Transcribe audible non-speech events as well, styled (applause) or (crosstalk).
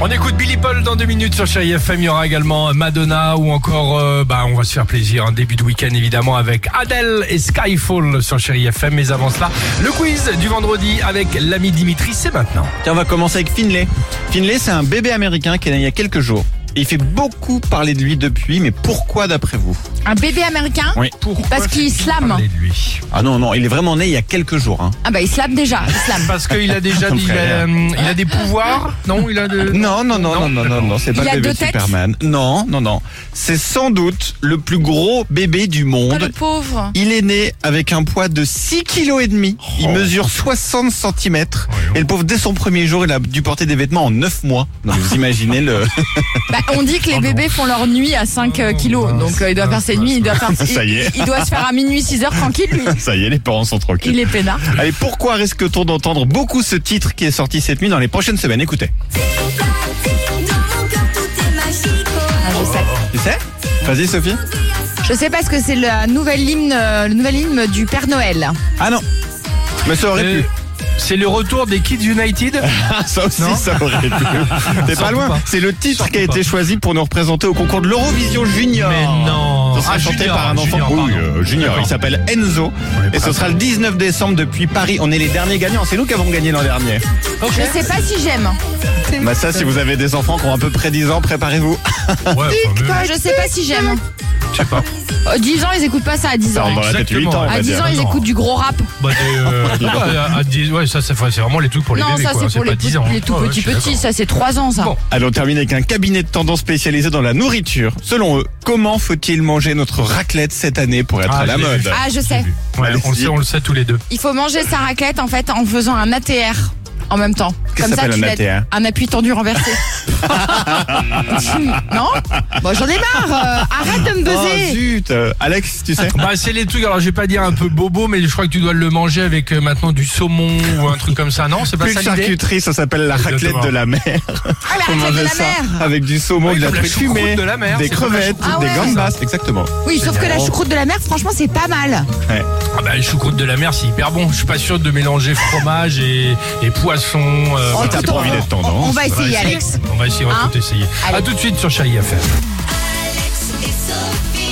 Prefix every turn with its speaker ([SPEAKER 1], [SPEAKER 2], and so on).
[SPEAKER 1] On écoute Billy Paul dans deux minutes sur Chérie FM. Il y aura également Madonna ou encore, euh, bah, on va se faire plaisir. Un début de week-end évidemment avec Adele et Skyfall sur Chérie FM. Mais avant cela, le quiz du vendredi avec l'ami Dimitri, c'est maintenant.
[SPEAKER 2] Tiens, on va commencer avec Finlay. Finlay, c'est un bébé américain qui est né il y a quelques jours. Et il fait beaucoup parler de lui depuis, mais pourquoi d'après vous
[SPEAKER 3] Un bébé américain
[SPEAKER 2] Oui.
[SPEAKER 1] Pourquoi
[SPEAKER 3] Parce qu'il
[SPEAKER 1] fait-il
[SPEAKER 3] slame.
[SPEAKER 1] parler de lui
[SPEAKER 2] Ah non, non, il est vraiment né il y a quelques jours. hein.
[SPEAKER 3] Ah bah il slame déjà, il slame.
[SPEAKER 1] (laughs) Parce qu'il a
[SPEAKER 2] (laughs)
[SPEAKER 1] déjà
[SPEAKER 2] Ton
[SPEAKER 1] dit,
[SPEAKER 2] frère.
[SPEAKER 1] euh, il a des pouvoirs Non, il a de...
[SPEAKER 2] Non, non, non, non, non, non, non, c'est pas
[SPEAKER 3] Il a
[SPEAKER 2] le bébé
[SPEAKER 3] deux têtes
[SPEAKER 2] Superman. Non, non, non. C'est sans doute le plus gros bébé du
[SPEAKER 3] Oh,
[SPEAKER 2] monde.
[SPEAKER 3] le pauvre.
[SPEAKER 2] Il est né avec un poids de 6 kg et demi. Il
[SPEAKER 1] Oh.
[SPEAKER 2] mesure 60 cm.
[SPEAKER 1] Voyons.
[SPEAKER 2] Et le pauvre, dès son premier jour, il a dû porter des vêtements en 9 mois. Donc, vous imaginez le... (laughs)
[SPEAKER 3] Bah, on dit que les
[SPEAKER 1] Oh, non. Oh,
[SPEAKER 3] bébés font leur nuit à 5 euh, kilos.
[SPEAKER 1] mince,
[SPEAKER 3] Donc euh, il doit faire
[SPEAKER 1] mince,
[SPEAKER 3] ses nuits, il
[SPEAKER 1] (laughs)
[SPEAKER 3] doit faire
[SPEAKER 2] Ça y est.
[SPEAKER 3] il, il doit se faire à minuit 6 heures tranquille lui.
[SPEAKER 2] Ça y est, les parents sont tranquilles.
[SPEAKER 3] Il est peinard.
[SPEAKER 2] Allez, pourquoi risque-t-on d'entendre beaucoup ce titre qui est sorti cette nuit dans les prochaines semaines Écoutez.
[SPEAKER 3] Ah, je sais.
[SPEAKER 2] Tu sais Vas-y, Sophie.
[SPEAKER 3] Je sais parce que c'est la nouvelle hymne, euh, le nouvel hymne du Père Noël.
[SPEAKER 2] Ah non. Mais ça aurait
[SPEAKER 1] (laughs) Euh,
[SPEAKER 2] pu.
[SPEAKER 1] C'est le retour des Kids
[SPEAKER 3] (laughs)
[SPEAKER 1] United
[SPEAKER 2] Ah, ça aussi,
[SPEAKER 1] non.
[SPEAKER 2] ça aurait pu. (laughs) T'es pas
[SPEAKER 1] Surtout
[SPEAKER 2] loin.
[SPEAKER 1] pas.
[SPEAKER 2] C'est le titre qui a
[SPEAKER 1] Surtout
[SPEAKER 2] été choisi pour nous représenter au concours de l'Eurovision Junior.
[SPEAKER 1] Mais non.
[SPEAKER 2] Ce sera
[SPEAKER 1] Ah,
[SPEAKER 2] chanté
[SPEAKER 1] Junior,
[SPEAKER 2] par un enfant.
[SPEAKER 1] Junior,
[SPEAKER 2] oui,
[SPEAKER 1] pardon.
[SPEAKER 2] euh, Junior. Il
[SPEAKER 1] D'accord.
[SPEAKER 2] s'appelle Enzo. Et ce sera le 19 décembre depuis Paris. On est les derniers gagnants. C'est nous qui avons gagné l'an dernier.
[SPEAKER 3] Je sais pas si j'aime.
[SPEAKER 2] Bah ça, si vous avez des enfants qui ont à peu près 10 ans, préparez-vous.
[SPEAKER 1] Ouais, enfin, bah, mais-
[SPEAKER 3] Je sais pas si j'aime.
[SPEAKER 1] je sais pas.
[SPEAKER 3] Euh, 10 ans, ils écoutent pas ça à 10
[SPEAKER 2] Ça
[SPEAKER 3] ans.
[SPEAKER 2] on va la tête 8 ans, on
[SPEAKER 1] Exactement.
[SPEAKER 2] va
[SPEAKER 3] À 10
[SPEAKER 2] dire.
[SPEAKER 3] ans, ils
[SPEAKER 1] Non.
[SPEAKER 3] écoutent du gros rap.
[SPEAKER 1] Bah, des,
[SPEAKER 2] (laughs)
[SPEAKER 1] euh, à- à 10 ouais, ça, c'est c'est vraiment les trucs pour les
[SPEAKER 3] non,
[SPEAKER 1] bébés.
[SPEAKER 3] ça
[SPEAKER 1] quoi.
[SPEAKER 3] c'est pour
[SPEAKER 1] pas
[SPEAKER 3] les,
[SPEAKER 1] 10
[SPEAKER 3] tout-
[SPEAKER 1] ans. Ah
[SPEAKER 3] les tout
[SPEAKER 1] Ouais, ouais, je
[SPEAKER 3] petits
[SPEAKER 1] suis
[SPEAKER 3] petits,
[SPEAKER 1] d'accord.
[SPEAKER 3] ça c'est 3 ans ça.
[SPEAKER 1] Bon.
[SPEAKER 2] Allez, on termine avec un cabinet de tendance spécialisé dans la nourriture. Selon eux, comment faut-il manger notre raclette cette année pour être
[SPEAKER 1] Ah,
[SPEAKER 2] à la
[SPEAKER 1] je l'ai
[SPEAKER 2] mode
[SPEAKER 1] vu.
[SPEAKER 3] Ah, je sais.
[SPEAKER 1] Ouais, on, le
[SPEAKER 2] Allez-y.
[SPEAKER 1] sait, on le sait tous les deux.
[SPEAKER 3] Il faut manger sa raclette en fait en faisant un ATR en même temps.
[SPEAKER 2] Qu'est-ce que ça s'appelle un
[SPEAKER 3] tu l'as-
[SPEAKER 2] ATR?
[SPEAKER 3] Un appui
[SPEAKER 2] (laughs)
[SPEAKER 3] tendu renversé. non Bon, j'en ai marre. euh, arrête de me
[SPEAKER 2] Oh,
[SPEAKER 3] buzzer.
[SPEAKER 2] zut euh, Alex, tu sais
[SPEAKER 1] Bah, c'est les trucs, alors je vais pas dire un peu bobo, mais je crois que tu dois le manger avec euh, maintenant du saumon ou un truc comme ça. Non, c'est pas
[SPEAKER 2] Plus de
[SPEAKER 1] ça l'idée
[SPEAKER 2] charcuterie, ça s'appelle la raclette
[SPEAKER 1] Exactement.
[SPEAKER 2] de la mer.
[SPEAKER 3] ah,
[SPEAKER 2] (laughs)
[SPEAKER 3] la
[SPEAKER 2] Faut
[SPEAKER 3] raclette de
[SPEAKER 2] manger
[SPEAKER 3] la
[SPEAKER 2] ça Ah
[SPEAKER 3] mer.
[SPEAKER 2] Avec du saumon,
[SPEAKER 1] Oui,
[SPEAKER 2] de la
[SPEAKER 1] comme la
[SPEAKER 2] truite
[SPEAKER 1] choucroute
[SPEAKER 2] fumée,
[SPEAKER 1] de la mer,
[SPEAKER 2] des
[SPEAKER 1] c'est comme la
[SPEAKER 2] crevettes,
[SPEAKER 3] choucroute.
[SPEAKER 2] des
[SPEAKER 3] Ah ouais.
[SPEAKER 2] gambas, exactement.
[SPEAKER 3] Oui, sauf que la choucroute de la mer, franchement, c'est pas mal.
[SPEAKER 2] Ouais.
[SPEAKER 1] Ah bah, le choucroute de la mer, c'est hyper bon. Je suis pas sûr de mélanger fromage et, et poisson. euh,
[SPEAKER 3] Oh,
[SPEAKER 1] voilà,
[SPEAKER 2] t'as
[SPEAKER 1] c'est
[SPEAKER 2] pas
[SPEAKER 1] pas
[SPEAKER 2] envie
[SPEAKER 1] mal.
[SPEAKER 2] d'être
[SPEAKER 3] on,
[SPEAKER 2] tendance.
[SPEAKER 3] on va
[SPEAKER 1] On va
[SPEAKER 3] essayer,
[SPEAKER 1] essayer.
[SPEAKER 3] Alex.
[SPEAKER 1] On va essayer, on va
[SPEAKER 3] Hein
[SPEAKER 1] tout essayer.
[SPEAKER 3] Allez.
[SPEAKER 1] À tout de suite sur Chérie FM.
[SPEAKER 4] Alex et Sophie.